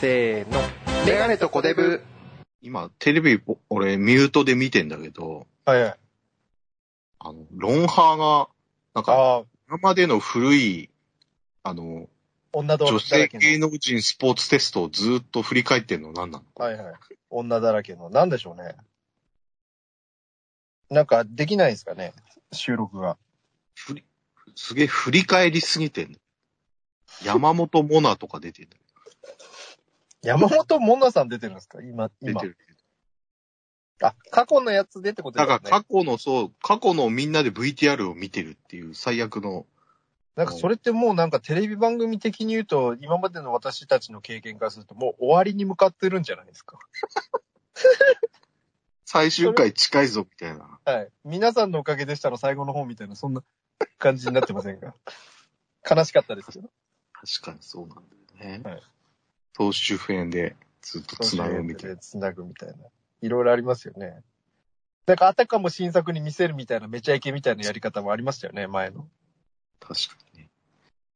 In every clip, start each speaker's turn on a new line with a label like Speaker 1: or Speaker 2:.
Speaker 1: せーの。メガネとコデブ。
Speaker 2: 今、テレビ、俺、ミュートで見てんだけど、
Speaker 3: はいはい。
Speaker 2: あの、ロンハーが、なんか、
Speaker 3: ああ、
Speaker 2: 今までの古い、あの、
Speaker 3: 女同
Speaker 2: 女
Speaker 3: 士だら
Speaker 2: 性
Speaker 3: け
Speaker 2: 芸
Speaker 3: の。
Speaker 2: 能人スポーツテストをずっと振り返ってんの何なの
Speaker 3: はいはい。女だらけの。なんでしょうね。なんか、できないんですかね収録が。
Speaker 2: 振り、すげえ振り返りすぎ てんの。山本モナとか出てんだよ
Speaker 3: 山本もなさん出てるんですか今、
Speaker 2: 出
Speaker 3: 今
Speaker 2: て。る。
Speaker 3: あ、過去のやつでってことで
Speaker 2: だ
Speaker 3: す
Speaker 2: か
Speaker 3: よ
Speaker 2: ら
Speaker 3: ね。
Speaker 2: 過去の、そう、過去のみんなで VTR を見てるっていう最悪の、
Speaker 3: なんかそれってもうなんかテレビ番組的に言うと、今までの私たちの経験からするともう終わりに向かってるんじゃないですか。
Speaker 2: 最終回近いぞみたいな。
Speaker 3: はい。皆さんのおかげでしたの最後の方みたいな、そんな感じになってませんか 悲しかったですけど。
Speaker 2: 確かにそうなんだよね。
Speaker 3: はい
Speaker 2: 投手不縁でずっと繋ぐみたいな。
Speaker 3: つなぐみたいな。いろいろありますよね。なんかあたかも新作に見せるみたいな、めちゃイケみたいなやり方もありましたよね、前の。
Speaker 2: 確かにね。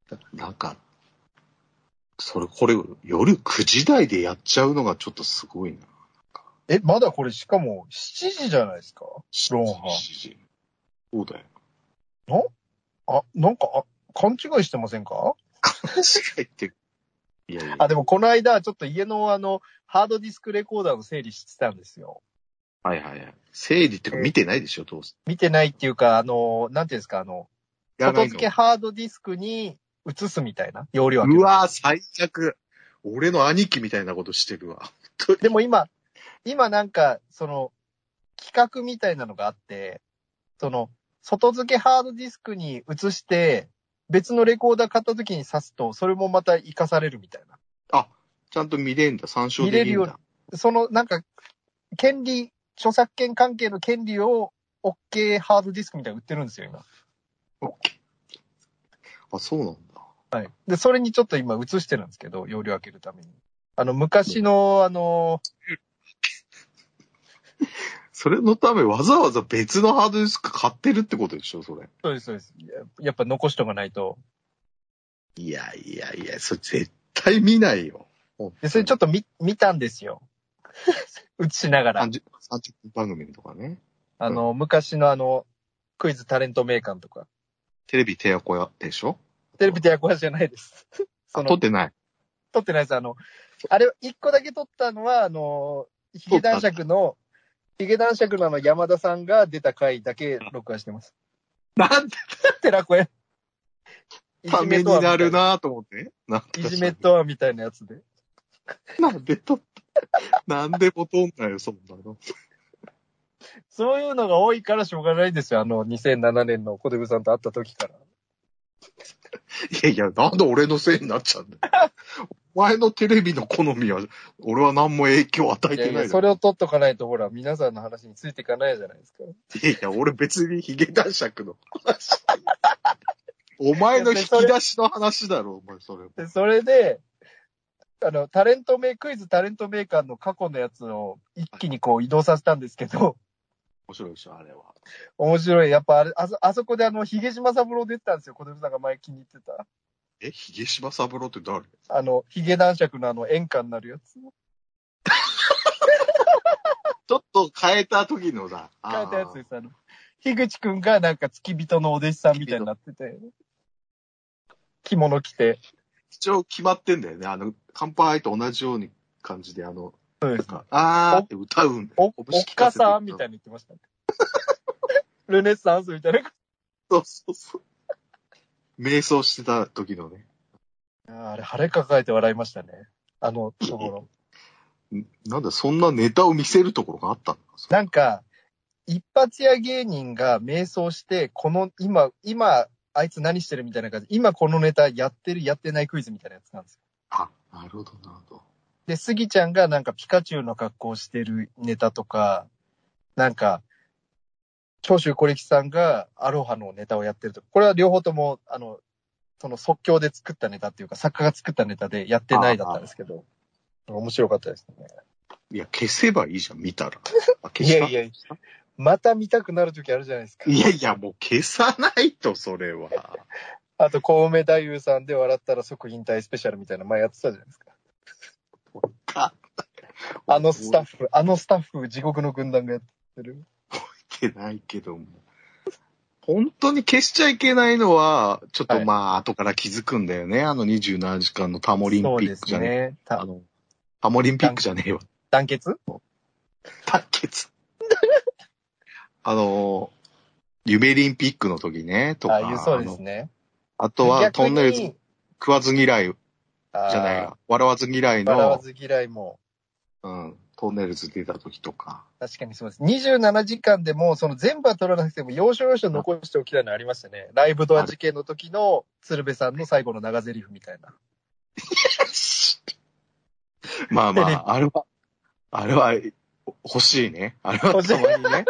Speaker 2: だなんか、それ、これ、夜9時台でやっちゃうのがちょっとすごいな。
Speaker 3: え、まだこれしかも7時じゃないですかロンハー。
Speaker 2: 7時そうだよ。
Speaker 3: あ、なんか、あ、勘違いしてませんか
Speaker 2: 勘違いって。いやいや。
Speaker 3: あ、でもこの間、ちょっと家のあの、ハードディスクレコーダーの整理してたんですよ。
Speaker 2: はいはいはい。整理ってか見てないでしょ、どうせ。
Speaker 3: 見てないっていうか、あの、なんていうんですか、あの、
Speaker 2: や
Speaker 3: 外
Speaker 2: ばい
Speaker 3: 付けハードディスクに移すみたいな、容量を空け
Speaker 2: う
Speaker 3: る
Speaker 2: わぁ、最悪。俺の兄貴みたいなことしてるわ。
Speaker 3: でも今、今なんか、その、企画みたいなのがあって、その、外付けハードディスクに移して、別のレコーダー買った時に挿すと、それもまた活かされるみたいな。
Speaker 2: ちゃんと見れんだ、参照できるんだ。
Speaker 3: 見れるようにその、なんか、権利、著作権関係の権利を、OK ハードディスクみたいなの売ってるんですよ、今。
Speaker 2: あ、そうなんだ。
Speaker 3: はい。で、それにちょっと今移してるんですけど、容量開けるために。あの、昔の、あの、
Speaker 2: それのためわざわざ別のハードディスク買ってるってことでしょ、それ。
Speaker 3: そうです、そうです。ややっぱ残しとかないと、
Speaker 2: いやいやいや、それ絶対見ないよ。
Speaker 3: で、それちょっ
Speaker 2: っ
Speaker 3: と見、見たんですよ。映しながら。
Speaker 2: 30, 30分番組とかね。
Speaker 3: あの、昔のあの、クイズタレント名鑑とか。
Speaker 2: テレビ手やこやでしょ
Speaker 3: テレビでやこやじゃないです。そ
Speaker 2: あ撮
Speaker 3: の
Speaker 2: っ、てない。
Speaker 3: 撮ってないです。あの、あれ、一個だけ撮ったのは、あの、ヒゲ男爵の、ヒゲ男爵のあの山田さんが出た回だけ録画してます。
Speaker 2: なんて
Speaker 3: 寺子屋。
Speaker 2: ためになる
Speaker 3: い
Speaker 2: なぁと思って。なんか
Speaker 3: じめとはみたいな。いじめとはみたいなやつで。
Speaker 2: なんで撮った。なんでも撮んなよ、そんなの。
Speaker 3: そういうのが多いからしょうがないんですよ。あの、2007年の小出部さんと会った時から。
Speaker 2: いやいや、なんで俺のせいになっちゃうんだよ。お前のテレビの好みは、俺は何も影響を与え
Speaker 3: いや
Speaker 2: て
Speaker 3: い
Speaker 2: な
Speaker 3: や、
Speaker 2: いだ
Speaker 3: そ
Speaker 2: ろ
Speaker 3: れを取っとかないと、ほら、皆さんの話についていかないじゃないですか。
Speaker 2: いやいや、俺別にヒゲ男爵の話。お前の引き出しの話だろ、お前それ。
Speaker 3: で、それで、あの、タレント名、クイズタレント名鑑の過去のやつを一気にこう移動させたんですけど、
Speaker 2: 面白いでしょ、あれは。
Speaker 3: 面白い。やっぱあれ、あそ、あそこであの、ヒゲ島三郎出てたんですよ。小出さんが前気に入ってた。
Speaker 2: え、ヒゲ柴三郎って誰
Speaker 3: あの、ヒゲ男爵のあの、演歌になるやつ。
Speaker 2: ちょっと変えた時のだ。
Speaker 3: 書いたやつです。あの、樋口くんがなんか付き人のお弟子さんみたいになってて、着物着て、
Speaker 2: 一応決まってんだよね。あの、乾杯と同じように感じで、あの、
Speaker 3: そうで
Speaker 2: なん
Speaker 3: す。
Speaker 2: か、あーって歌うんだよ。
Speaker 3: お、おっ
Speaker 2: 拳聞
Speaker 3: か
Speaker 2: かせて
Speaker 3: さんみたいに言ってました、ね。 ルネッサンスみたいな。
Speaker 2: そうそうそう。瞑想してた時のね。
Speaker 3: あれ、晴れ抱えて笑いましたね。あのところ。
Speaker 2: んなんだ、そんなネタを見せるところがあったのそれ
Speaker 3: なんか、一発屋芸人が迷走して、この、今、今、あいつ何してるみたいな感じ。今このネタやってる、やってないクイズみたいなやつなんですよ。
Speaker 2: あ、なるほど、なるほど。
Speaker 3: で、スギちゃんがなんかピカチュウの格好をしてるネタとか、なんか、長州小力さんがアロハのネタをやってるとか、これは両方とも、あの、その即興で作ったネタっていうか、作家が作ったネタでやってないだったんですけど、面白かったですね。
Speaker 2: いや、消せばいいじゃん、見た ら。あ消
Speaker 3: い
Speaker 2: した
Speaker 3: やいや、また見たくなる時あるじゃないですか。
Speaker 2: いやいや、もう消さないと、それは。
Speaker 3: あと、小梅太夫さんで笑ったら即引退スペシャルみたいな前やってたじゃないですか。あのスタッフ、あのスタッフ、地獄の軍団がやってる。
Speaker 2: ってないけども。本当に消しちゃいけないのは、ちょっと
Speaker 3: はい
Speaker 2: まあ、後から気づくんだよね。あの27時間のタモリンピックじ
Speaker 3: そ
Speaker 2: ゃ
Speaker 3: う
Speaker 2: ねえ。
Speaker 3: ですね。
Speaker 2: あ
Speaker 3: た
Speaker 2: の、タモリンピックじゃねえわ。
Speaker 3: 団結
Speaker 2: 対決。 あの、夢リンピックの時ね、とか。
Speaker 3: ああいうそうで
Speaker 2: あ
Speaker 3: す
Speaker 2: の
Speaker 3: ね。
Speaker 2: あとは、
Speaker 3: 逆
Speaker 2: ト
Speaker 3: に
Speaker 2: ンネルズ食わず嫌いじ
Speaker 3: あー
Speaker 2: ゃないや。笑わず嫌い
Speaker 3: 笑わ
Speaker 2: の、
Speaker 3: ず嫌いも、
Speaker 2: うん、トンネルズ出た時とか。
Speaker 3: 確かにそうです。27時間でも、その全部は取らなくても、要所要所残しておきたいのありましたね。ライブドア事件の時の鶴瓶さんの最後の長台詞みたいな。
Speaker 2: まあま
Speaker 3: テレビ
Speaker 2: あ、あれは、あれは欲しいね。あれは
Speaker 3: 欲しい
Speaker 2: たまにね、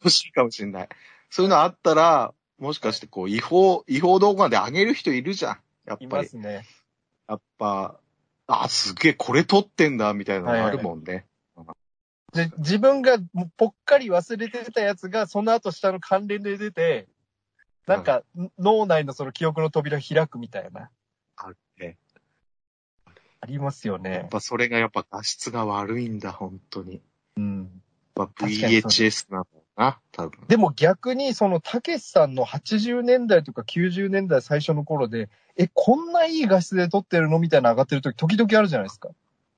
Speaker 2: 欲しいかもしれない。そういうのあったら、もしかしてこう、違法、違法動画で上げる人いるじゃん。やっ
Speaker 3: い
Speaker 2: ぱ
Speaker 3: ま
Speaker 2: り。
Speaker 3: すね。
Speaker 2: やっぱ、あ、すげえ、これ撮ってんだ、みたいなのがあるもんね。
Speaker 3: で自分がもうぽっかり忘れてたやつが、その後下の関連で出て、なんか、脳内のその記憶の扉開くみたいな。
Speaker 2: あるね。
Speaker 3: ありますよ
Speaker 2: や
Speaker 3: ね
Speaker 2: っ。ぱそれがやっぱ画質が悪いんだ、本当に。
Speaker 3: うん。
Speaker 2: やっぱ
Speaker 3: 確かにそう
Speaker 2: VHS なんだな、多分。
Speaker 3: でも逆に、その、たけしさんの80年代とか90年代最初の頃で、え、こんないい画質で撮ってるのみたいな上がってる時、時々あるじゃないですか。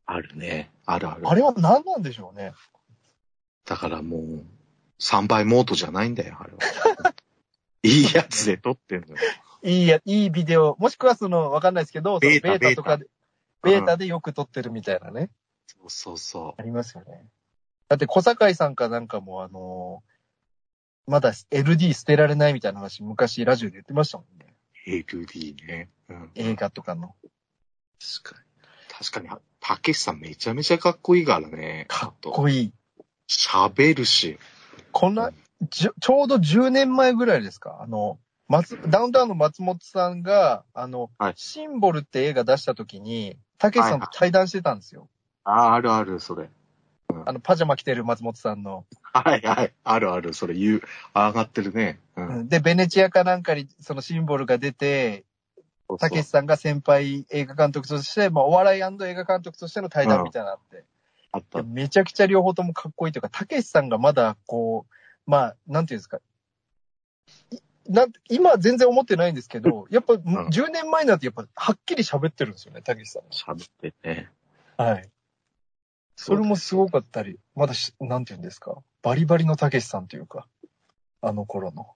Speaker 2: あるね。あるある。
Speaker 3: あれは何なんでしょうね。
Speaker 2: だからもう、3倍モートじゃないんだよ、あれは。 いいやつで撮ってんのよ。
Speaker 3: いいや、いいビデオ。もしくはその、わかんないですけど、その
Speaker 2: ベータ
Speaker 3: ベータとかで、
Speaker 2: ベ
Speaker 3: ベ
Speaker 2: ータ
Speaker 3: ータでよく撮ってるみたいなね。
Speaker 2: そうそうそ
Speaker 3: ありますよね。だって小堺さんかなんかも、あのーまだ LD 捨てられないみたいな話、昔ラジオで言ってましたもんね。
Speaker 2: う。AVD ね。うん。
Speaker 3: 映画とかの。
Speaker 2: 確かに。確かに、たけしさんめちゃめちゃかっこいいからね。
Speaker 3: かっ
Speaker 2: あと
Speaker 3: こいい。
Speaker 2: 喋るし。
Speaker 3: こんな、じょちょうど10年前ぐらいですかあの、松、ダウンタウンの松本さんが、あの、
Speaker 2: はい
Speaker 3: シンボルって映画出した時に、たけしさんと対談してたんですよ。
Speaker 2: あ、あるある、それ。
Speaker 3: あの、パジャマ着てる松本さんの。
Speaker 2: はいはい。あるある、それ言う。上がってるね。うん。
Speaker 3: うんで、ベネチアかなんかにそのシンボルが出て、
Speaker 2: そうそ
Speaker 3: た
Speaker 2: う
Speaker 3: けしさんが先輩映画監督として、まあ、お笑い映画監督としての対談みたいなのあって、
Speaker 2: あった。
Speaker 3: めちゃくちゃ両方ともかっこいいというか、たけしさんがまだこう、まあ、なんていうんですか。いなん今全然思ってないんですけど、やっぱ10年前になってやっぱはっきり喋ってるんですよね、たけしさん
Speaker 2: 喋ってね。
Speaker 3: が。はい。それもすごかったり、まだし、なんていうんですか。バリバリのたけしさんというか、あの頃の。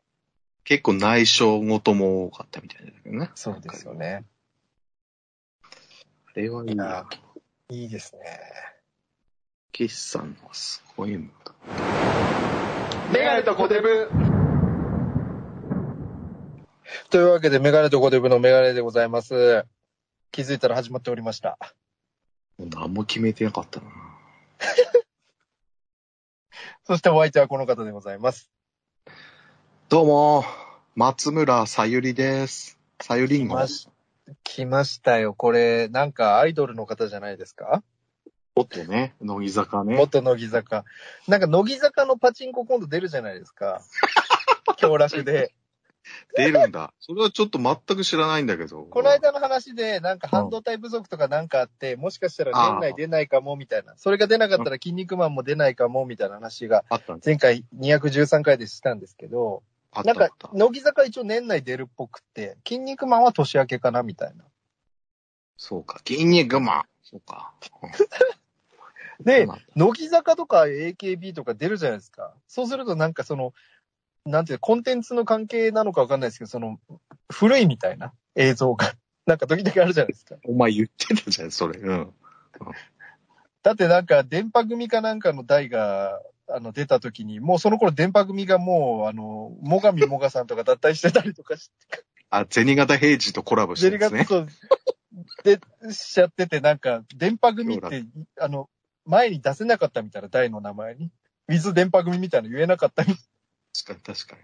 Speaker 2: 結構内緒ごとも多かったみたいだけどね。
Speaker 3: そうですよね。
Speaker 2: あれはいい
Speaker 3: いや
Speaker 2: な。
Speaker 3: いいですね。
Speaker 2: たけしさんのはすごいもんだ。
Speaker 1: メガネとコデブ
Speaker 3: というわけで、メガネとゴデブのメガネでございます。気づいたら始まっておりました。
Speaker 2: もう何も決めてなかったな。
Speaker 3: そしてお相手はこの方でございます。
Speaker 2: どうも、松村さゆりです。さゆりんご。
Speaker 3: まし来ましたよ。これ、なんかアイドルの方じゃないですか
Speaker 2: 元ね、乃木坂ね。
Speaker 3: 元乃木坂。なんか乃木坂のパチンコ今度出るじゃないですか。今日らしで。
Speaker 2: 出るんだ。それはちょっと全く知らないんだけど。
Speaker 3: この間の話で、なんか半導体不足とかなんかあって、もしかしたら年内出ないかも、みたいな。それが出なかったら筋肉マンも出ないかも、みたいな話が、
Speaker 2: あったんだ
Speaker 3: 前回213回でしたんですけど、
Speaker 2: あっ
Speaker 3: なん
Speaker 2: たあ
Speaker 3: か
Speaker 2: った、。
Speaker 3: 乃木坂一応年内出るっぽくて、筋肉マンは年明けかなみたいな。
Speaker 2: そうか。筋肉マン。そうか。
Speaker 3: で、
Speaker 2: まあ
Speaker 3: 乃木坂とか AKB とか出るじゃないですか。そうするとなんかその、なんていうのコンテンツの関係なのかわかんないですけど、その、古いみたいな映像が、 なんか時々あるじゃないですか。
Speaker 2: お前言ってたじゃん、それ。うん。
Speaker 3: だってなんか、電波組かなんかの代が、あの、出た時に、もうその頃電波組がもう、あの、もがみもがさんとか脱退してたりとかして
Speaker 2: あ、銭形平次とコラボして
Speaker 3: ゼ
Speaker 2: る
Speaker 3: リ
Speaker 2: んで
Speaker 3: ガ
Speaker 2: す
Speaker 3: そ
Speaker 2: ね。
Speaker 3: うで、しちゃってて、なんか、電波組って、あの、前に出せなかったみたいな、台の名前に。水電波組みたいなの言えなかったみたい
Speaker 2: 確かに確かに。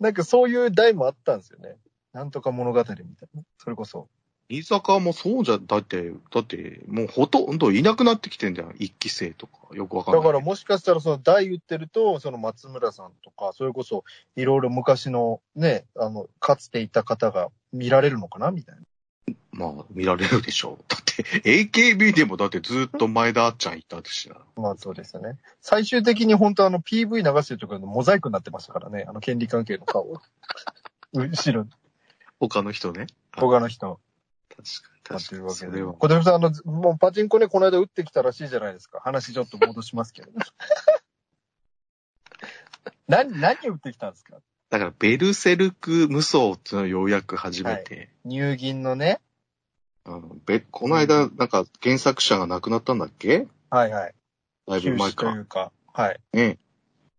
Speaker 3: な。なん かそういう台もあったんですよね。なんとか物語みたいな。それこそ。
Speaker 2: 新坂もそうじゃ、だって、だって、もうほとんどいなくなってきてんじゃん。一期生とか。よくわかんな
Speaker 3: だ
Speaker 2: い。
Speaker 3: からもしかしたらその台言ってると、その松村さんとか、それこそいろいろ昔のね、あの、かつていた方が見られるのかなみたいな。
Speaker 2: まあ、見られるでしょう。だって、 AKB でもだってずっと前田あっちゃんいたしな。
Speaker 3: まあそうですよね。最終的に本当あの PV 流してるところのモザイクになってましたからね。あの権利関係の 顔。後ろ、
Speaker 2: 他の人ね。
Speaker 3: 他の人
Speaker 2: 確か
Speaker 3: だ
Speaker 2: に。
Speaker 3: って
Speaker 2: 確
Speaker 3: い
Speaker 2: か
Speaker 3: う
Speaker 2: に。
Speaker 3: わ
Speaker 2: そ
Speaker 3: け
Speaker 2: れ
Speaker 3: で。
Speaker 2: は。
Speaker 3: 小手さん、あの、もうパチンコね、この間打ってきたらしいじゃないですか。話ちょっと戻しますけど。 何、何打ってきたんですか
Speaker 2: だから、ベルセルク無双っていうのをようやく初めて。
Speaker 3: 入銀のね。
Speaker 2: あのべこの間、なんか原作者が亡くなったんだっけ
Speaker 3: はいはい。
Speaker 2: だいぶ前
Speaker 3: と
Speaker 2: か
Speaker 3: い。うか。はい。
Speaker 2: ね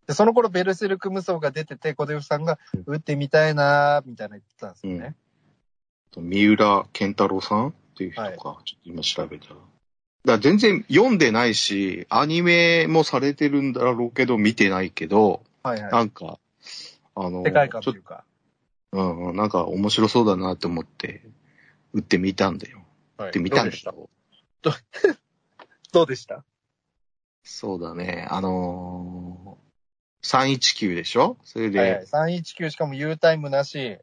Speaker 3: で、その頃ベルセルク無双が出てて、小手夫さんが打ってみたいなー、みたいな言ってたんですよね。
Speaker 2: 三浦健太郎さんっていう人か、ちょっと今調べたら。だから全然読んでないし、アニメもされてるんだろうけど、見てないけど、
Speaker 3: はいは
Speaker 2: なんか、あ
Speaker 3: い。
Speaker 2: の、
Speaker 3: 世界観
Speaker 2: ちょ
Speaker 3: とい
Speaker 2: っ
Speaker 3: うか。
Speaker 2: と、うんうん、なんか面白そうだなって思って、打ってみたんだよ。
Speaker 3: は
Speaker 2: 打
Speaker 3: い
Speaker 2: ってみたんだけど。
Speaker 3: どうでした
Speaker 2: そうだね、あのー、319でしょそれで、
Speaker 3: はいはい。319しかも U タイムなし、
Speaker 2: えっ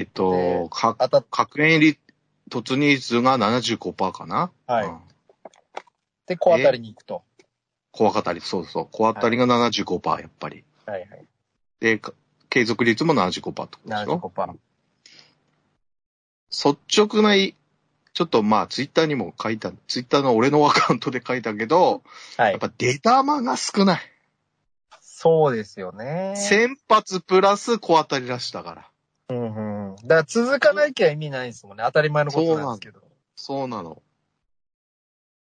Speaker 3: で
Speaker 2: と、か
Speaker 3: 当たっ
Speaker 2: 確認率、突入率が75%かな、
Speaker 3: はい
Speaker 2: うん
Speaker 3: て小当たりに行くと。
Speaker 2: 小当たり、そうそう、小当たりが75%やっぱり。
Speaker 3: はいはい。
Speaker 2: で、か継続率も75%ってことでしょ
Speaker 3: 75%。
Speaker 2: 率直ない、ちょっとまあ、ツイッターにも書いた、ツイッターの俺のアカウントで書いたけど、
Speaker 3: は
Speaker 2: やっ
Speaker 3: い。
Speaker 2: ぱ出玉が少ない。
Speaker 3: そうですよね。
Speaker 2: 先発プラス小当たりらしだか
Speaker 3: う
Speaker 2: ら。
Speaker 3: んうん。だから続かないきゃ意味ないですもんね。当たり前のことなんですけど。
Speaker 2: そうなの。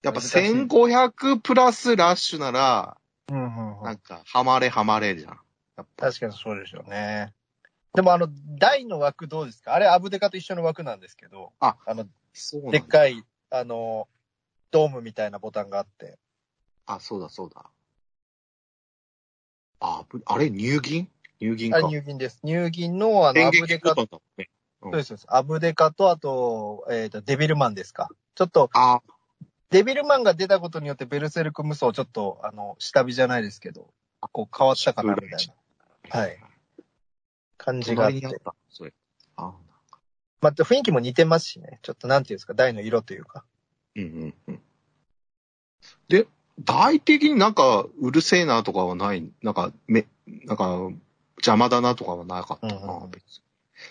Speaker 2: やっぱ
Speaker 3: 難しい
Speaker 2: 1500プラスラッシュなら、
Speaker 3: うんうんう
Speaker 2: なん
Speaker 3: ん。
Speaker 2: か、ハマれハマれじゃん。やっぱ。
Speaker 3: 確かにそうでしょうね。でもあの、台の枠どうですかあれ、アブデカと一緒の枠なんですけど。
Speaker 2: あ、
Speaker 3: あの、
Speaker 2: そうなん
Speaker 3: で
Speaker 2: だ
Speaker 3: っかい、あの、ドームみたいなボタンがあって。
Speaker 2: あ、そうだそうだ。あ、ぶあれ、入銀入銀
Speaker 3: あ
Speaker 2: か。
Speaker 3: れ、入銀です。入銀の、あの、ア
Speaker 2: 電
Speaker 3: ブ
Speaker 2: 撃
Speaker 3: デ
Speaker 2: ボ
Speaker 3: カ
Speaker 2: タンだもんね。
Speaker 3: そうですそうです。アブデカと、あと、えっ、と、デビルマンですか。ちょっと、
Speaker 2: あ、
Speaker 3: デビルマンが出たことによって、ベルセルク無双、ちょっと、あの、下火じゃないですけど、こう、変わったかな、みたいな。はい。感じがあっ
Speaker 2: 隣に
Speaker 3: て
Speaker 2: あっ。た。それ。あ
Speaker 3: また、雰囲気も似てますしね。ちょっと、なんていうんですか、台の色というか。
Speaker 2: うんうんうん。で、大的になんか、うるせえなとかはない。なんか、め、なんか、邪魔だなとかはなかった
Speaker 3: うんうんう、
Speaker 2: なん別に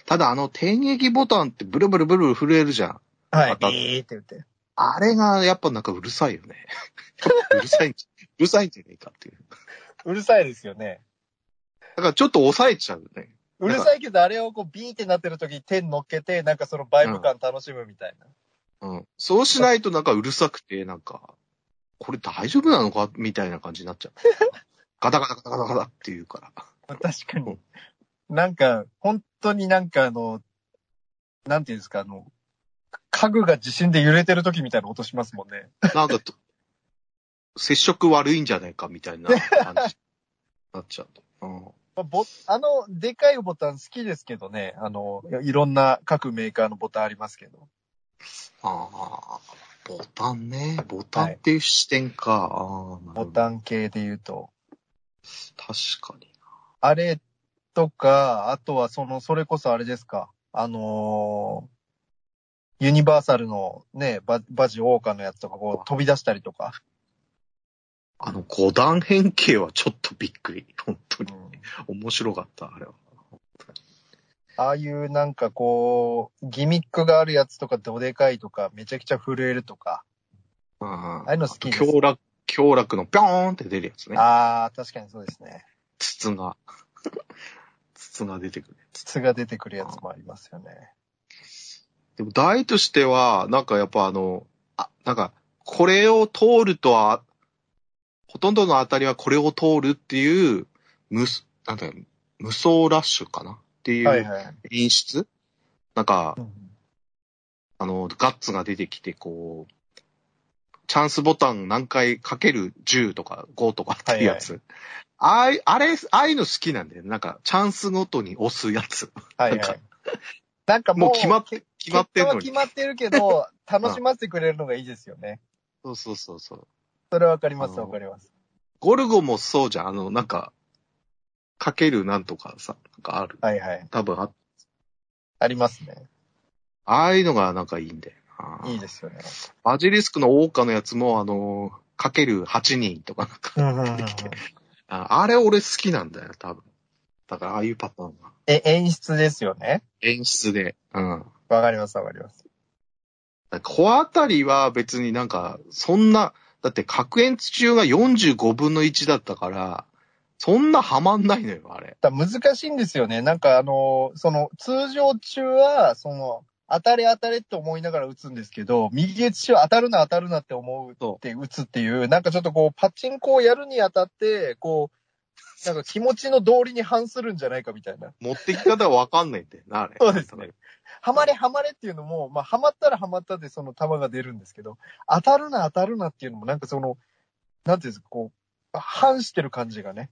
Speaker 2: ただ、あの、点撃ボタンってブルブルブルブル震えるじゃん。
Speaker 3: はい。
Speaker 2: また
Speaker 3: ビーって言って。
Speaker 2: あれが、やっぱなんかうるさいよね。 うるさいんじゃ、うるさいんじゃねえかっていう。
Speaker 3: うるさいですよね。
Speaker 2: だからちょっと抑えちゃうね。
Speaker 3: うるさいけど、あれをこう、ビーってなってる時に手に乗っけて、なんかそのバイブ感楽しむみたいな。
Speaker 2: うん。そうしないとなんかうるさくて、なんか、これ大丈夫なのかみたいな感じになっちゃう。ガタガタガタガタガタっていうから。
Speaker 3: 確か
Speaker 2: う
Speaker 3: に
Speaker 2: ん。
Speaker 3: なんか、本当になんかあの、なんていうんですか、あの、家具が地震で揺れてる時みたいな音しますもんね。
Speaker 2: なんかと、接触悪いんじゃないかみたいな感じになっちゃう。うん。
Speaker 3: まあ、ぼあの、でかいボタン好きですけどね。あの、いろんな各メーカーのボタンありますけど。
Speaker 2: ああ、ボタンね。ボタンっていう視点か。ああ、
Speaker 3: ボタ
Speaker 2: ン。
Speaker 3: ン系で言うと。
Speaker 2: 確かに。
Speaker 3: あれとか、あとはその、それこそあれですか。あのーユニバーサルのね、ババジオーカのやつとか、こう飛び出したりとか。
Speaker 2: あの、五段変形はちょっとびっくり。本当
Speaker 3: う
Speaker 2: に。
Speaker 3: ん
Speaker 2: 面白かった、あれは。
Speaker 3: ああいうなんかこう、ギミックがあるやつとかどでかいとか、めちゃくちゃ震えるとか。
Speaker 2: あ
Speaker 3: ああいうの好きです
Speaker 2: 強楽、強楽のピョーンって出るやつね。
Speaker 3: ああ、確かにそうですね。
Speaker 2: 筒が、 筒が出てくる。
Speaker 3: 筒が出てくるやつもありますよね。
Speaker 2: でも、台としては、なんかやっぱあの、あ、なんか、これを通るとは、ほとんどの当たりはこれを通るっていう、無す、なんだよ、無双ラッシュかなってい
Speaker 3: はいうはい。
Speaker 2: 演出、なんか
Speaker 3: う、ん
Speaker 2: あの、ガッツが出てきて、こう、チャンスボタン何回かける10とか5とかっていうやつ。あい、あれ、ああいうの好きなんだよね。なんか、チャンスごとに押すやつ。
Speaker 3: はい
Speaker 2: なん
Speaker 3: は
Speaker 2: か
Speaker 3: い。なんかもう、
Speaker 2: もう決まって、決まってんのに。
Speaker 3: 結果は決まってるけど、楽しませてくれるのがいいですよ ね。
Speaker 2: そうそうそうそう。
Speaker 3: それはわかります
Speaker 2: うん
Speaker 3: わかります。
Speaker 2: ゴルゴもそうじゃん。あの、なんか、かけるなんとかさ、なんかある。
Speaker 3: はいはい。
Speaker 2: 多分あ、
Speaker 3: ありますね。
Speaker 2: ああいうのがなんかいいんだよな。あー
Speaker 3: いいですよね。
Speaker 2: バジリスクの桜花のやつも、あのー、かける8人とかなんか、
Speaker 3: うんうんうんうん
Speaker 2: ああれ俺好きなんだよ、多分。だから、ああいうパターンが。
Speaker 3: え、演出ですよね。
Speaker 2: 演出で。うん。
Speaker 3: わかりますわかります。
Speaker 2: 小あたりは別になんか、そんな、だって核演中が45分の1だったから、そんなハマんないのよ、あれ。
Speaker 3: だから難しいんですよね。なんかあの、その、通常中は、その、当たれ当たれって思いながら打つんですけど、右打ち中は当たるな当たるなって思うって打つっていう、なんかちょっとこう、パチンコをやるにあたって、こう、なんか気持ちの道理に反するんじゃないかみたいな。
Speaker 2: 持ってき方わかんないんだよな、あれ。
Speaker 3: そうですね。ハマれハマれっていうのも、まあ、ハマったらハマったでその球が出るんですけど、当たるな当たるなっていうのも、なんかその、なんていうんですか、こう、反してる感じがね、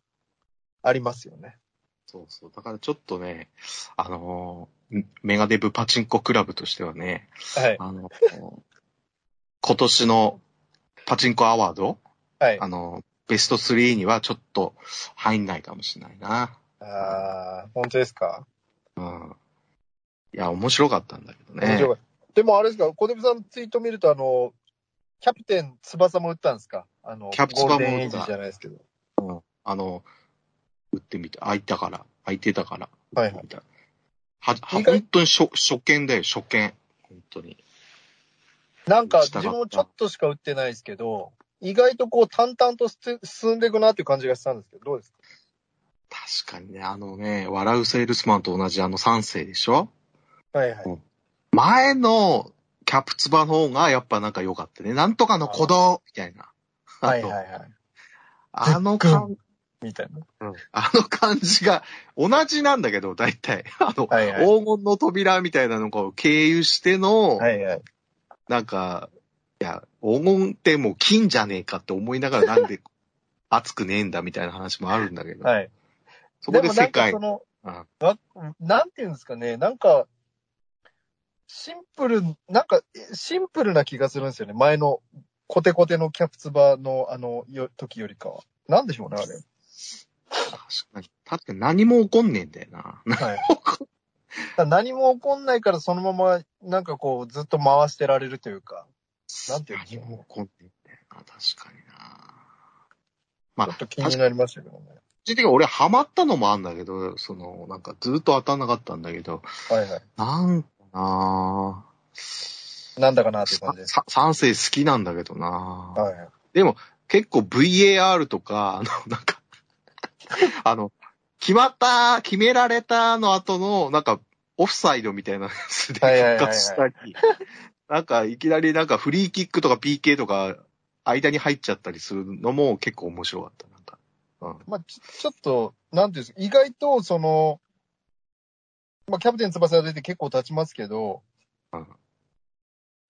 Speaker 3: ありますよね。
Speaker 2: そうそう。だからちょっとね、あのーんメガデブパチンコクラブとしてはね、
Speaker 3: はい。
Speaker 2: あの ー今年のパチンコアワード、
Speaker 3: はい。
Speaker 2: あのーベスト3にはちょっと入んないかもしれないな。
Speaker 3: ああ、本当ですか
Speaker 2: うん。いや、面白かったんだけどね。
Speaker 3: 面白かったでもあれですか、小出さんのツイート見ると、あの、キャプテン翼も打ったんですかあの、
Speaker 2: キャプ翼も打った
Speaker 3: ゴールデンエイジじゃないですけど。
Speaker 2: あの、打ってみた。空いたから。空いてたから。
Speaker 3: はい
Speaker 2: 打
Speaker 3: は
Speaker 2: っ
Speaker 3: い。
Speaker 2: てみたは、は、
Speaker 3: 意外
Speaker 2: 本当に初、初見だよ、初見。本当に。
Speaker 3: なんか、
Speaker 2: 打ちた
Speaker 3: 自
Speaker 2: かった
Speaker 3: 分もちょっとしか打ってないですけど、意外とこう淡々とす進んでいくなっていう感じがしたんですけど、どうですか
Speaker 2: 確かにね、あのね、笑うセールスマンと同じあの3世でしょ
Speaker 3: はいはい。
Speaker 2: 前のキャプツバの方がやっぱなんか良かったね。なんとかの鼓動みたいな。あ
Speaker 3: はい
Speaker 2: と、
Speaker 3: はいはい。
Speaker 2: あの感、
Speaker 3: みたいな。
Speaker 2: あの感じが同じなんだけど、大体。あの、
Speaker 3: はいはい
Speaker 2: 黄金の扉みたいなのを経由しての、
Speaker 3: はいはい。
Speaker 2: なんか、いや、黄金ってもう金じゃねえかって思いながらなん で熱くねえんだみたいな話もあるんだけど、
Speaker 3: はい。
Speaker 2: そこで世
Speaker 3: なんか
Speaker 2: 界
Speaker 3: そ、の、
Speaker 2: うん
Speaker 3: わなんていうんですかね、なんか、シンプル、なんか、えシンプルな気がするんですよね。前のコテコテのキャプツバのあの、よ、時よりかは。なんでしょうね、あれ。
Speaker 2: 確かに、確かに何も起こんねえんだよな。
Speaker 3: はい。だから何も起こんないからそのまま、なんかこう、ずっと回してられるというか。なんていうの
Speaker 2: 何も起こんねえんだよな、確かにな。
Speaker 3: ちょっと気になりましたけどね。
Speaker 2: 個人的に俺ハマったのもあんだけど、その、なんかずっと当たんなかったんだけど、
Speaker 3: はいはい。
Speaker 2: なんかな
Speaker 3: なんだかなっていう感じです。
Speaker 2: ぁ、3世好きなんだけどなぁ。
Speaker 3: はいはい。
Speaker 2: 結構 VAR とか、あの、なんか、 あの、決まった、決められたの後の、なんか、オフサイドみたいなやつで
Speaker 3: はいはいはい
Speaker 2: 復
Speaker 3: はい
Speaker 2: 活したり、なんか、いきなりなんかフリーキックとか PK とか、間に入っちゃったりするのも結構面白かった。なんか、うん。
Speaker 3: まあ、ちょちょっと、なんていうんですか、意外と、その、まあ、キャプテン翼が出て結構経ちますけど、
Speaker 2: うん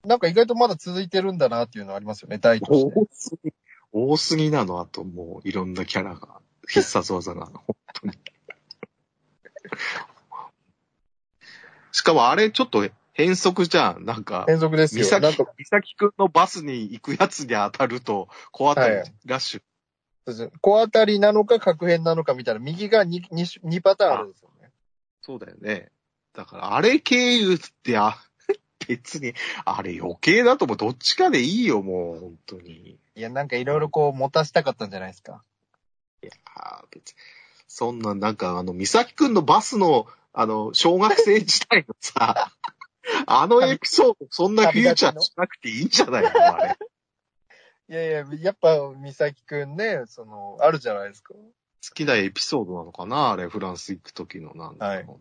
Speaker 3: なんか意外とまだ続いてるんだなっていうのはありますよね、大として。
Speaker 2: 多すぎ、多すぎなの、あともういろんなキャラが、必殺技が、本当に。 しかもあれちょっと変則じゃん、なんか。
Speaker 3: 連続です
Speaker 2: 美
Speaker 3: よ。なん
Speaker 2: 咲
Speaker 3: か、、
Speaker 2: 美咲くんのバスに行くやつに当たると、こう当た
Speaker 3: は
Speaker 2: る
Speaker 3: い
Speaker 2: ラッシュ。
Speaker 3: 小当たりなのか、角変なのかみたいな、右が 2, 2, 2パターンあるんですよね。
Speaker 2: そうだよね。だから、あれ経由って、あ、別に、あれ余計だともうどっちかでいいよ、もう、本当に。
Speaker 3: いや、なんかいろいろこう、持たしたかったんじゃないですか。
Speaker 2: あー別にそんな、なんか、あの、美咲くんのバスの、あの、小学生時代の さ、あのエピソード、そんなフューチャーしなくていいんじゃないのあれ。
Speaker 3: いやいや、やっぱ、美咲くんね、その、あるじゃないですか。
Speaker 2: 好きなエピソードなのかなあれ、フランス行く時の、なんだろう
Speaker 3: はい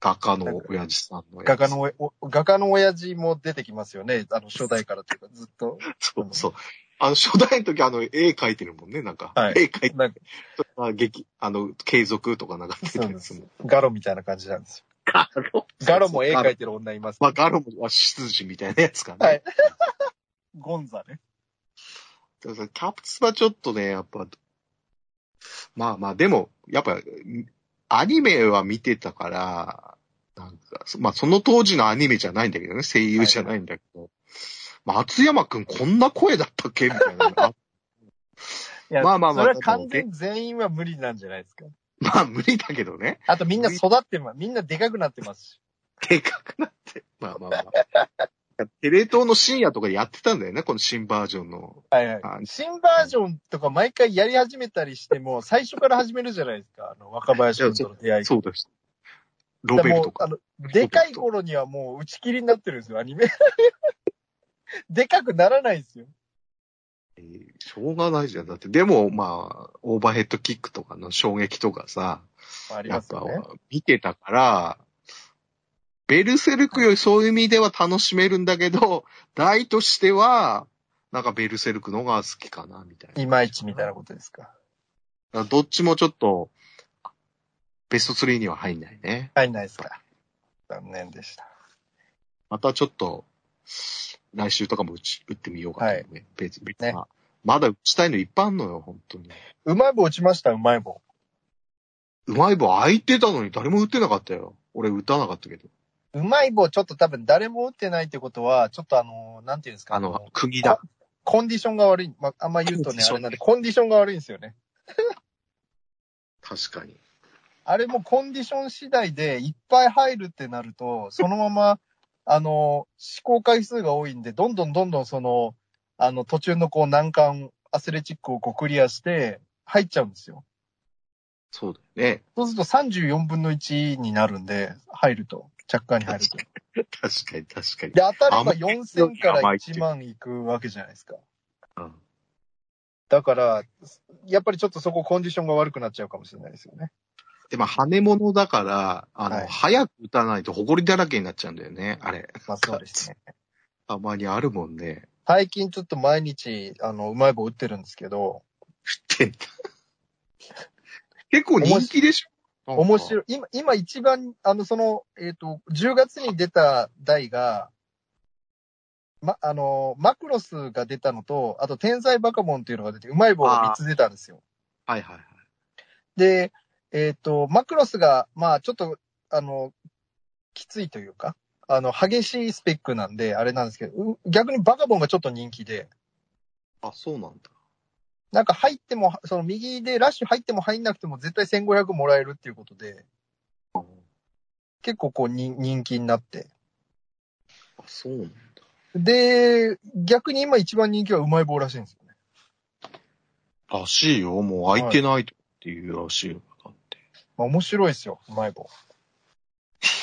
Speaker 2: 画家の親父さんのやつ
Speaker 3: 画家のおお、画家の親父も出てきますよね。あの、初代からっていうか、ずっと。
Speaker 2: そうそう。あの、初代の時あの、絵描いてるもんね、なんか。
Speaker 3: はい
Speaker 2: 絵描いて
Speaker 3: なんか、
Speaker 2: あ劇、あの、継続とかなんか出てるやつも。
Speaker 3: ガロみたいな感じなんですよ。
Speaker 2: ガロ
Speaker 3: ガロも絵描
Speaker 2: い
Speaker 3: いてる女います。
Speaker 2: まあ、ガロもは執事みたいなやつかね。
Speaker 3: はいゴンザね。
Speaker 2: だからキャプツはちょっとね、やっぱ、まあまあ、でも、やっぱ、アニメは見てたから、なんか、まあその当時のアニメじゃないんだけどね、声優じゃないんだけど、松山くんこんな声だったっけみたい な。あ
Speaker 3: いや
Speaker 2: まあまあまあ
Speaker 3: それは完全全員は無理なんじゃないですか。
Speaker 2: まあ無理だけどね。
Speaker 3: あとみんな育ってます。みんなでかくなってますし。
Speaker 2: でかくなって。まあまあまあ。テレ東の深夜とかでやってたんだよね、この新バージョンの。
Speaker 3: はいはい
Speaker 2: あ
Speaker 3: 新バージョンとか毎回やり始めたりしても、最初から始めるじゃないですか。あの、若林君との出会い。
Speaker 2: そうです。ロベルと
Speaker 3: もうあ
Speaker 2: か。
Speaker 3: の、でかい頃にはもう打ち切りになってるんですよ、アニメ。 でかくならないんですよ。
Speaker 2: えーしょうがないじゃん。だって、でも、まあ、オーバーヘッドキックとかの衝撃とかさ、
Speaker 3: まあ、あり
Speaker 2: や
Speaker 3: ま
Speaker 2: っ
Speaker 3: すよ
Speaker 2: ぱ
Speaker 3: ね。
Speaker 2: 見てたから、ベルセルクよりそういう意味では楽しめるんだけど、大としては、なんかベルセルクの方が好きかな、みたいな。
Speaker 3: いまいちみたいなことですか。
Speaker 2: だからどっちもちょっと、ベスト3には入んないね。
Speaker 3: 入んないですか。残念でした。
Speaker 2: またちょっと、来週とかも打ち打ってみようかな、
Speaker 3: はい
Speaker 2: 別別
Speaker 3: ね
Speaker 2: まあまだ打ちたいのいっぱいあんのよ、本当に。
Speaker 3: うまい棒打ちました、うまい棒。
Speaker 2: うまい棒空いてたのに誰も打ってなかったよ。俺打たなかったけど。
Speaker 3: うまい棒、ちょっと多分誰も打ってないってことは、ちょっとあの、なんていうんですか、
Speaker 2: あの
Speaker 3: もう、
Speaker 2: 釘だ。
Speaker 3: コンディションが悪い。まあ、あんま言うと
Speaker 2: コ
Speaker 3: ね
Speaker 2: ンディ、シ
Speaker 3: あ
Speaker 2: ョン
Speaker 3: れなんで、コンディションが悪いんですよね。
Speaker 2: 確かに。
Speaker 3: あれもコンディション次第でいっぱい入るってなると、そのまま、あの、試行回数が多いんで、どんどんどんどんその、あの、途中のこう難関、アスレチックをこうクリアして、入っちゃうんですよ。
Speaker 2: そうだよね。
Speaker 3: そうすると34分の1になるんで、入ると。若干に入ると。
Speaker 2: 確かに確かに。
Speaker 3: で、当たれば
Speaker 2: あんまり
Speaker 3: 4000から1万いくわけじゃないですか。
Speaker 2: うん
Speaker 3: だから、やっぱりちょっとそこコンディションが悪くなっちゃうかもしれないですよね。
Speaker 2: でも跳ね物だから、あの、
Speaker 3: はい
Speaker 2: 早く打たないと埃だらけになっちゃうんだよね。あれ。
Speaker 3: まあそうですね。
Speaker 2: たまにあるもんね。
Speaker 3: 最近ちょっと毎日、あの、うまい棒打ってるんですけど、
Speaker 2: 打ってんだ。結構人気でしょ
Speaker 3: 面
Speaker 2: い。
Speaker 3: 白い。今、今一番、あの、その、えっ、と、10月に出た台が、ま、あの、マクロスが出たのと、あと、天才バカモンっていうのが出て、うまい棒が3つ出たんですよ。
Speaker 2: はいはいはい。
Speaker 3: で、えっ、と、マクロスが、まあ、ちょっと、あの、きついというか、あの、激しいスペックなんで、あれなんですけど、う逆にバカボンがちょっと人気で、
Speaker 2: あ、そうなんだ。
Speaker 3: なんか入っても、その右でラッシュ入っても入んなくても絶対1500もらえるっていうことで、
Speaker 2: あ、
Speaker 3: 結構こう人人気になって。
Speaker 2: そうなんだ。
Speaker 3: で、逆に今一番人気はうまい棒らしいんですよね。
Speaker 2: らしいよ。もう空いてないっていうらしいよ。だって
Speaker 3: まあ面白いですよ、うまい棒。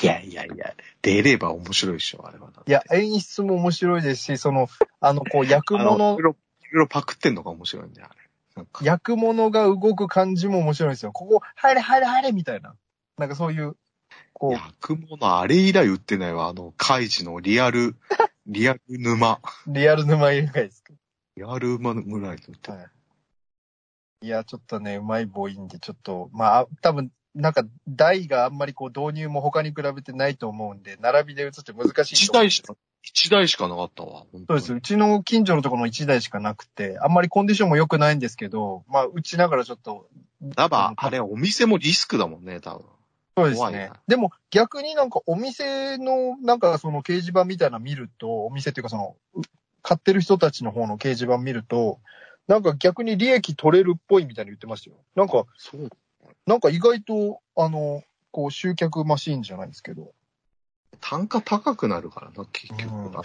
Speaker 2: いやいやいや、出れば面白いでしょ、あれは。
Speaker 3: いや、演出も面白いですし、その、 あの、こう、役
Speaker 2: あの、いろ
Speaker 3: 物
Speaker 2: い、ろいろパクってんのが面白いんだよ、あれ。なんか
Speaker 3: 役物が動く感じも面白いんですよ。ここ、入れ入れ入れみたいな。なんかそういう、こう、
Speaker 2: 役物あれ以来売ってないわ。あの、カイジのリ アル、リアル沼。
Speaker 3: リアル沼以外ですけ
Speaker 2: リアル沼ぐらいと売って
Speaker 3: ど。
Speaker 2: ない。
Speaker 3: はい。いや、ちょっとね、うまい棒いいんで、ちょっと、まあ、多分、なんか、台があんまりこう、導入も他に比べてないと思うんで、並びで打つって難しい
Speaker 2: 一
Speaker 3: と思うん
Speaker 2: 台
Speaker 3: です
Speaker 2: しか、一台しかなかったわ。本当
Speaker 3: そうで
Speaker 2: に
Speaker 3: す。うちの近所のところの1台しかなくて、あんまりコンディションも良くないんですけど、まあ、打ちながらちょっと、
Speaker 2: やっぱ、あれ、お店もリスクだもんね、多分。
Speaker 3: そうです
Speaker 2: 怖い
Speaker 3: ね
Speaker 2: な。
Speaker 3: でも逆になんかお店のなんかその掲示板みたいなの見ると、お店っていうかその、う買ってる人たちの方の掲示板見ると、なんか逆に利益取れるっぽいみたいに言ってましたよ。なんか、
Speaker 2: そう。
Speaker 3: なんか意外と、あの、こう集客マシーンじゃないですけど、
Speaker 2: 単価高くなるからな、結局
Speaker 3: うん
Speaker 2: な。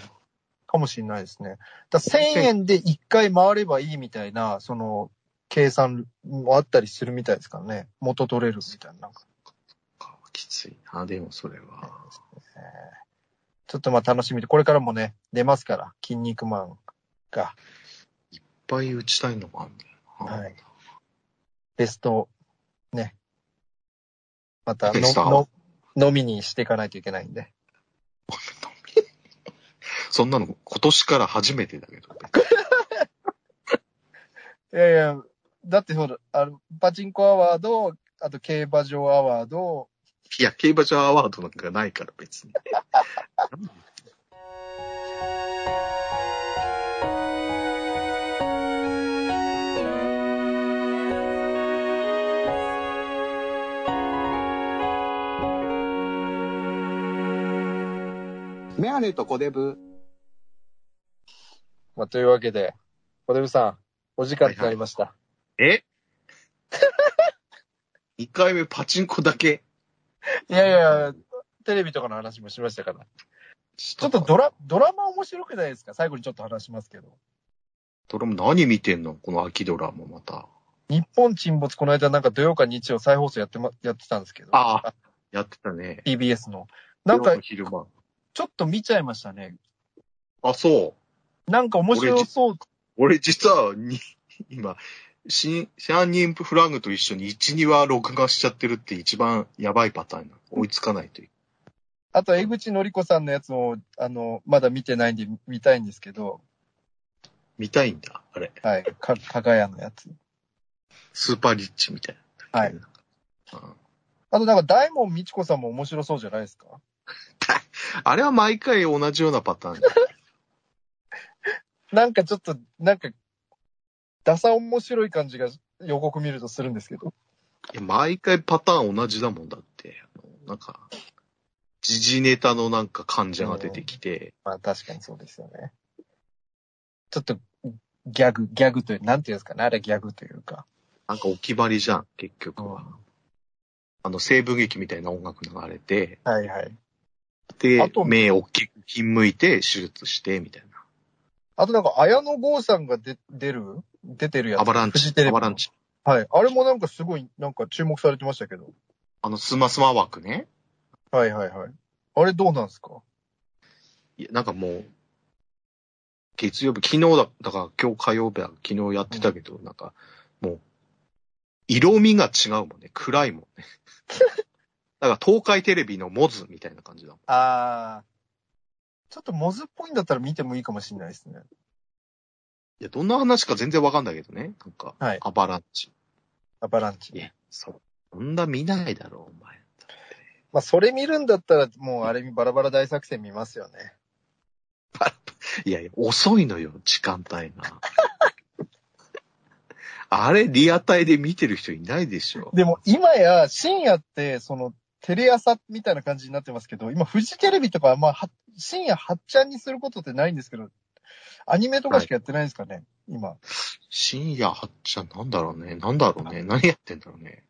Speaker 3: かもしれないですね。だから1000円で1回回ればいいみたいな、その、計算もあったりするみたいですからね。元取れるみたいな。なんか
Speaker 2: きついな、でもそれは。
Speaker 3: えーちょっとまあ楽しみで、これからもね、出ますから、筋肉マンが、
Speaker 2: いっぱい打ちたいのがあるんだよな。
Speaker 3: はいベスト、ね、また
Speaker 2: ベスト
Speaker 3: の、の、飲みにしていかないといけないんで。
Speaker 2: そんなの今年から初めてだけど。
Speaker 3: いやいや、だってほら、あの、パチンコアワード、あと競馬場アワード、
Speaker 2: いや、競馬場アワードなんかないから別に。
Speaker 1: メガネとコデブ。
Speaker 3: まあ、というわけで、小出部さん、お時間となりました。
Speaker 2: え 一回目パチンコだけ。
Speaker 3: いやいや、テレビとかの話もしましたから。
Speaker 2: ち
Speaker 3: ちょっとドラ、ドラマ面白くないですか最後にちょっと話しますけど。
Speaker 2: ドラマ何見てんのこの秋ドラもまた。
Speaker 3: 日本沈没この間なんか土曜か日曜再放送やってま、やってたんですけど。
Speaker 2: ああ、やってたね。
Speaker 3: TBS の。なんか
Speaker 2: 夜の、昼間。
Speaker 3: ちょっと見ちゃいましたね。
Speaker 2: あ、そう。
Speaker 3: なんか面白そう。
Speaker 2: 俺実は、に、 今、新、シャンニンフラグと一緒に1、2話録画しちゃってるって一番やばいパターンなの。追いつかないという。
Speaker 3: あと、江口のりこさんのやつも、あの、まだ見てないんで見たいんですけど、
Speaker 2: 見たいんだ、あれ。
Speaker 3: はい。か、かがやのやつ。
Speaker 2: スーパーリッチみたいな。
Speaker 3: はい
Speaker 2: うん。
Speaker 3: あとなんか、大門みちこさんも面白そうじゃないですか
Speaker 2: あれは毎回同じようなパターンだ。
Speaker 3: なんかちょっと、なんか、ダサ面白い感じが予告見るとするんですけど。
Speaker 2: いや、毎回パターン同じだもんだって。あのなんか、時事ネタのなんか患者が出てきて、
Speaker 3: まあ確かにそうですよね。ちょっと、ギャグ、ギャグという、なんていうんですかね、あれギャグというか。
Speaker 2: なんかお決まりじゃん、結局は。あの、西部劇みたいな音楽流れて、
Speaker 3: はいはい。あ
Speaker 2: で
Speaker 3: と、
Speaker 2: 目大きくひんむいて手術して、みたいな。
Speaker 3: あとなんか、綾野剛さんが出、出る出てるやつ。
Speaker 2: アバラン
Speaker 3: フジ
Speaker 2: チ、
Speaker 3: テレビ
Speaker 2: ア
Speaker 3: の
Speaker 2: バランチ。
Speaker 3: はい。あれもなんかすごい、なんか注目されてましたけど。
Speaker 2: あの、スマスマ枠ね。
Speaker 3: はいはいはい。あれどうなんですか
Speaker 2: いや、なんかもう、月曜日、昨日だ、だから今日火曜日は昨日やってたけど、なんか、もう、色味が違うもんね。暗いもん ね。だから東海テレビのモズみたいな感じだもん。
Speaker 3: あー。ちょっとモズっぽいんだったら見てもいいかもしれないですね。
Speaker 2: いや、どんな話か全然わかんないけどね。なんか、
Speaker 3: はい
Speaker 2: アバランチ。
Speaker 3: アバランチ。
Speaker 2: いや、そう。そんな見ないだろう、お前。
Speaker 3: まあ、それ見るんだったら、もうあれバラバラ大作戦見ますよね。
Speaker 2: いやいや、遅いのよ、時間帯が。 あれ、リアタイで見てる人いないでしょ。
Speaker 3: でも今や深夜って、その、テレ朝みたいな感じになってますけど、今フジテレビとかはまあは、深夜8ちゃんにすることってないんですけど、アニメとかしかやってないんですかね、今。
Speaker 2: 深夜8ちゃんなんだろうね。なんだろうね。何やってんだろうね。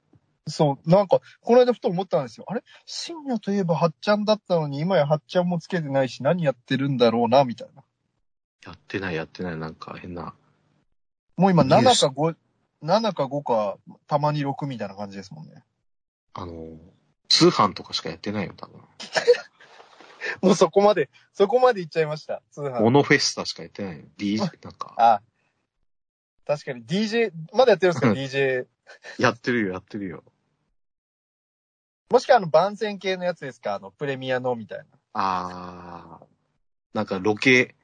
Speaker 3: そう、なんか、この間ふと思ったんですよ。あれ深夜といえば8ちゃんだったのに、今や8ちゃんもつけてないし、何やってるんだろうな、みたいな。
Speaker 2: やってない、やってない。なんか変な。
Speaker 3: もう今
Speaker 2: ニュース
Speaker 3: 7か5、7か5か、たまに6みたいな感じですもんね。
Speaker 2: あの、通販とかしかやってないよ、多分。
Speaker 3: もうそこまで、そこまで行っちゃいました、通販
Speaker 2: モ。ノフェスタしかやってないよ。D、なんか、
Speaker 3: あ、確かに DJ、まだやってるんですか、
Speaker 2: うん
Speaker 3: DJ。
Speaker 2: やってるよ、やってるよ。
Speaker 3: もしくはあの番宣系のやつですかあの、プレミアのみたいな。
Speaker 2: あー。なんかロケ、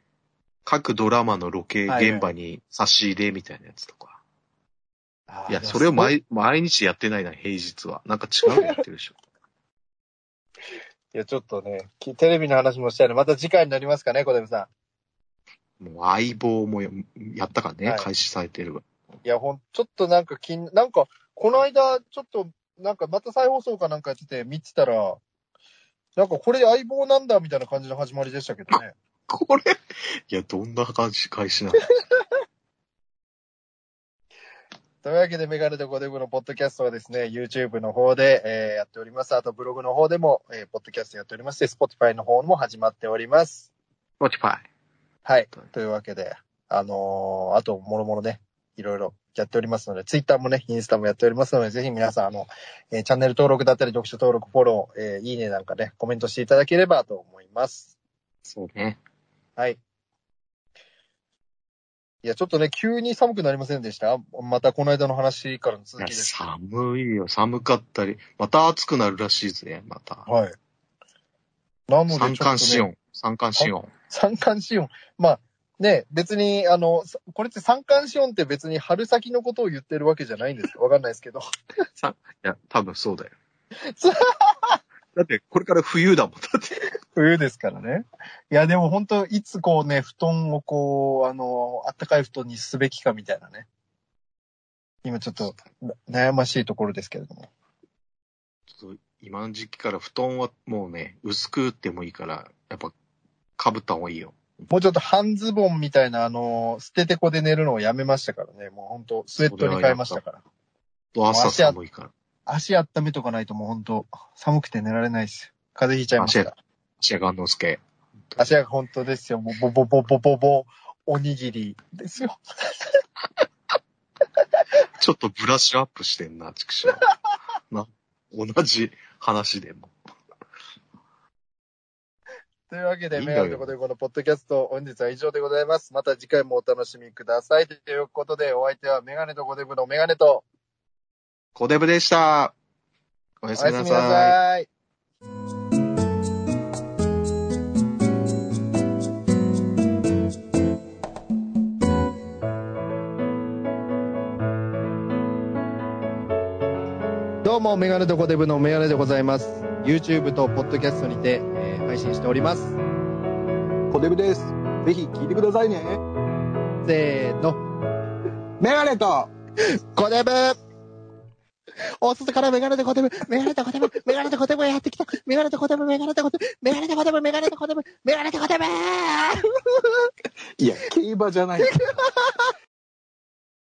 Speaker 2: 各ドラマのロケ現場に差し入れみたいなやつとか。
Speaker 3: あー
Speaker 2: いや、
Speaker 3: でも
Speaker 2: それを
Speaker 3: い
Speaker 2: 毎毎日やってないな、平日は。なんか違うのやってる でしょ。
Speaker 3: や、ちょっとね、きテレビの話もしたいので、また次回になりますかね、小出さ
Speaker 2: もう相棒もややったからね、
Speaker 3: はい
Speaker 2: 開始されてるわ。
Speaker 3: ん。いや、ほん、ちょっとなんか気に、なんか、この間、ちょっと、なんかまた再放送かなんかやってて見てたら、なんかこれ相棒なんだみたいな感じの始まりでしたけどね。
Speaker 2: これ、いや、どんな感じ開始なの
Speaker 3: というわけで、メガネとゴデブのポッドキャストはですね、YouTube の方で、えーやっております。あと、ブログの方でも、えーポッドキャストやっておりまして、Spotify の方も始まっております。
Speaker 2: マチパイ。
Speaker 3: はい。というわけで、あのーあと、もろもろね、いろいろやっておりますので、Twitter もね、インスタもやっておりますので、ぜひ皆さん、あの、えーチャンネル登録だったり、読書登録、フォロー、えーいいねなんかね、コメントしていただければと思います。
Speaker 2: そうね。
Speaker 3: はい。いや、ちょっとね、急に寒くなりませんでしたまたこの間の話からの
Speaker 2: い
Speaker 3: 続
Speaker 2: や
Speaker 3: きです。
Speaker 2: 寒いよ、寒かったり。また暑くなるらしいぜ、また。
Speaker 3: はい。なので、
Speaker 2: 三寒四温。三寒四温。
Speaker 3: 三寒四温。まあ、ね、別に、あの、さこれって三寒四温って別に春先のことを言ってるわけじゃないんですかわかんないですけど。
Speaker 2: いや、多分そうだよ
Speaker 3: そう。
Speaker 2: だって、これから冬だもん。だって。
Speaker 3: 冬ですからね。いや、でも本当いつこうね、布団をこう、あの、あったかい布団にすべきかみたいなね。今ちょっとな悩ましいところですけれども。
Speaker 2: ちょっと今の時期から布団はもうね、薄くってもいいから、やっぱ、被った方がいいよ。
Speaker 3: もうちょっと半ズボンみたいな、あの、捨ててこで寝るのをやめましたからね。もう本当スウェットに変えましたから。
Speaker 2: 朝寒いから。
Speaker 3: 足温めとかないともう本当寒くて寝られないです。風邪ひいちゃいまし
Speaker 2: 足や
Speaker 3: た。
Speaker 2: 足やがんのすけ。
Speaker 3: 足が本当ですよ。もうボボボボボボ、おにぎりですよ。
Speaker 2: ちょっとブラッシュアップしてんな、畜 生。な、同じ話でも。
Speaker 3: というわけで、
Speaker 2: いいん
Speaker 3: メ
Speaker 2: だ
Speaker 3: ガ
Speaker 2: よ
Speaker 3: ネとこでこのポッドキャスト、本日は以上でございます。また次回もお楽しみください。ということで、お相手はメガネとコデブのメガネと、
Speaker 2: コデブでした。おやすみな
Speaker 3: おや
Speaker 2: さい。
Speaker 3: い。どうも、メガネとコデブのメガネでございます。YouTube とポッドキャストにて、えー配信しております。
Speaker 1: コデブです。ぜひ聞いてくださいね。
Speaker 3: せーの、
Speaker 1: メガネと、
Speaker 3: コデブお外からメガネとコデブ、メガネとコデブ、メガネとコデブやってきた、メガネとコデブ、メガネとコデブ、メガネとコデブ、メガネとコデブ、メガネとコデブ
Speaker 1: いや、競馬じゃない。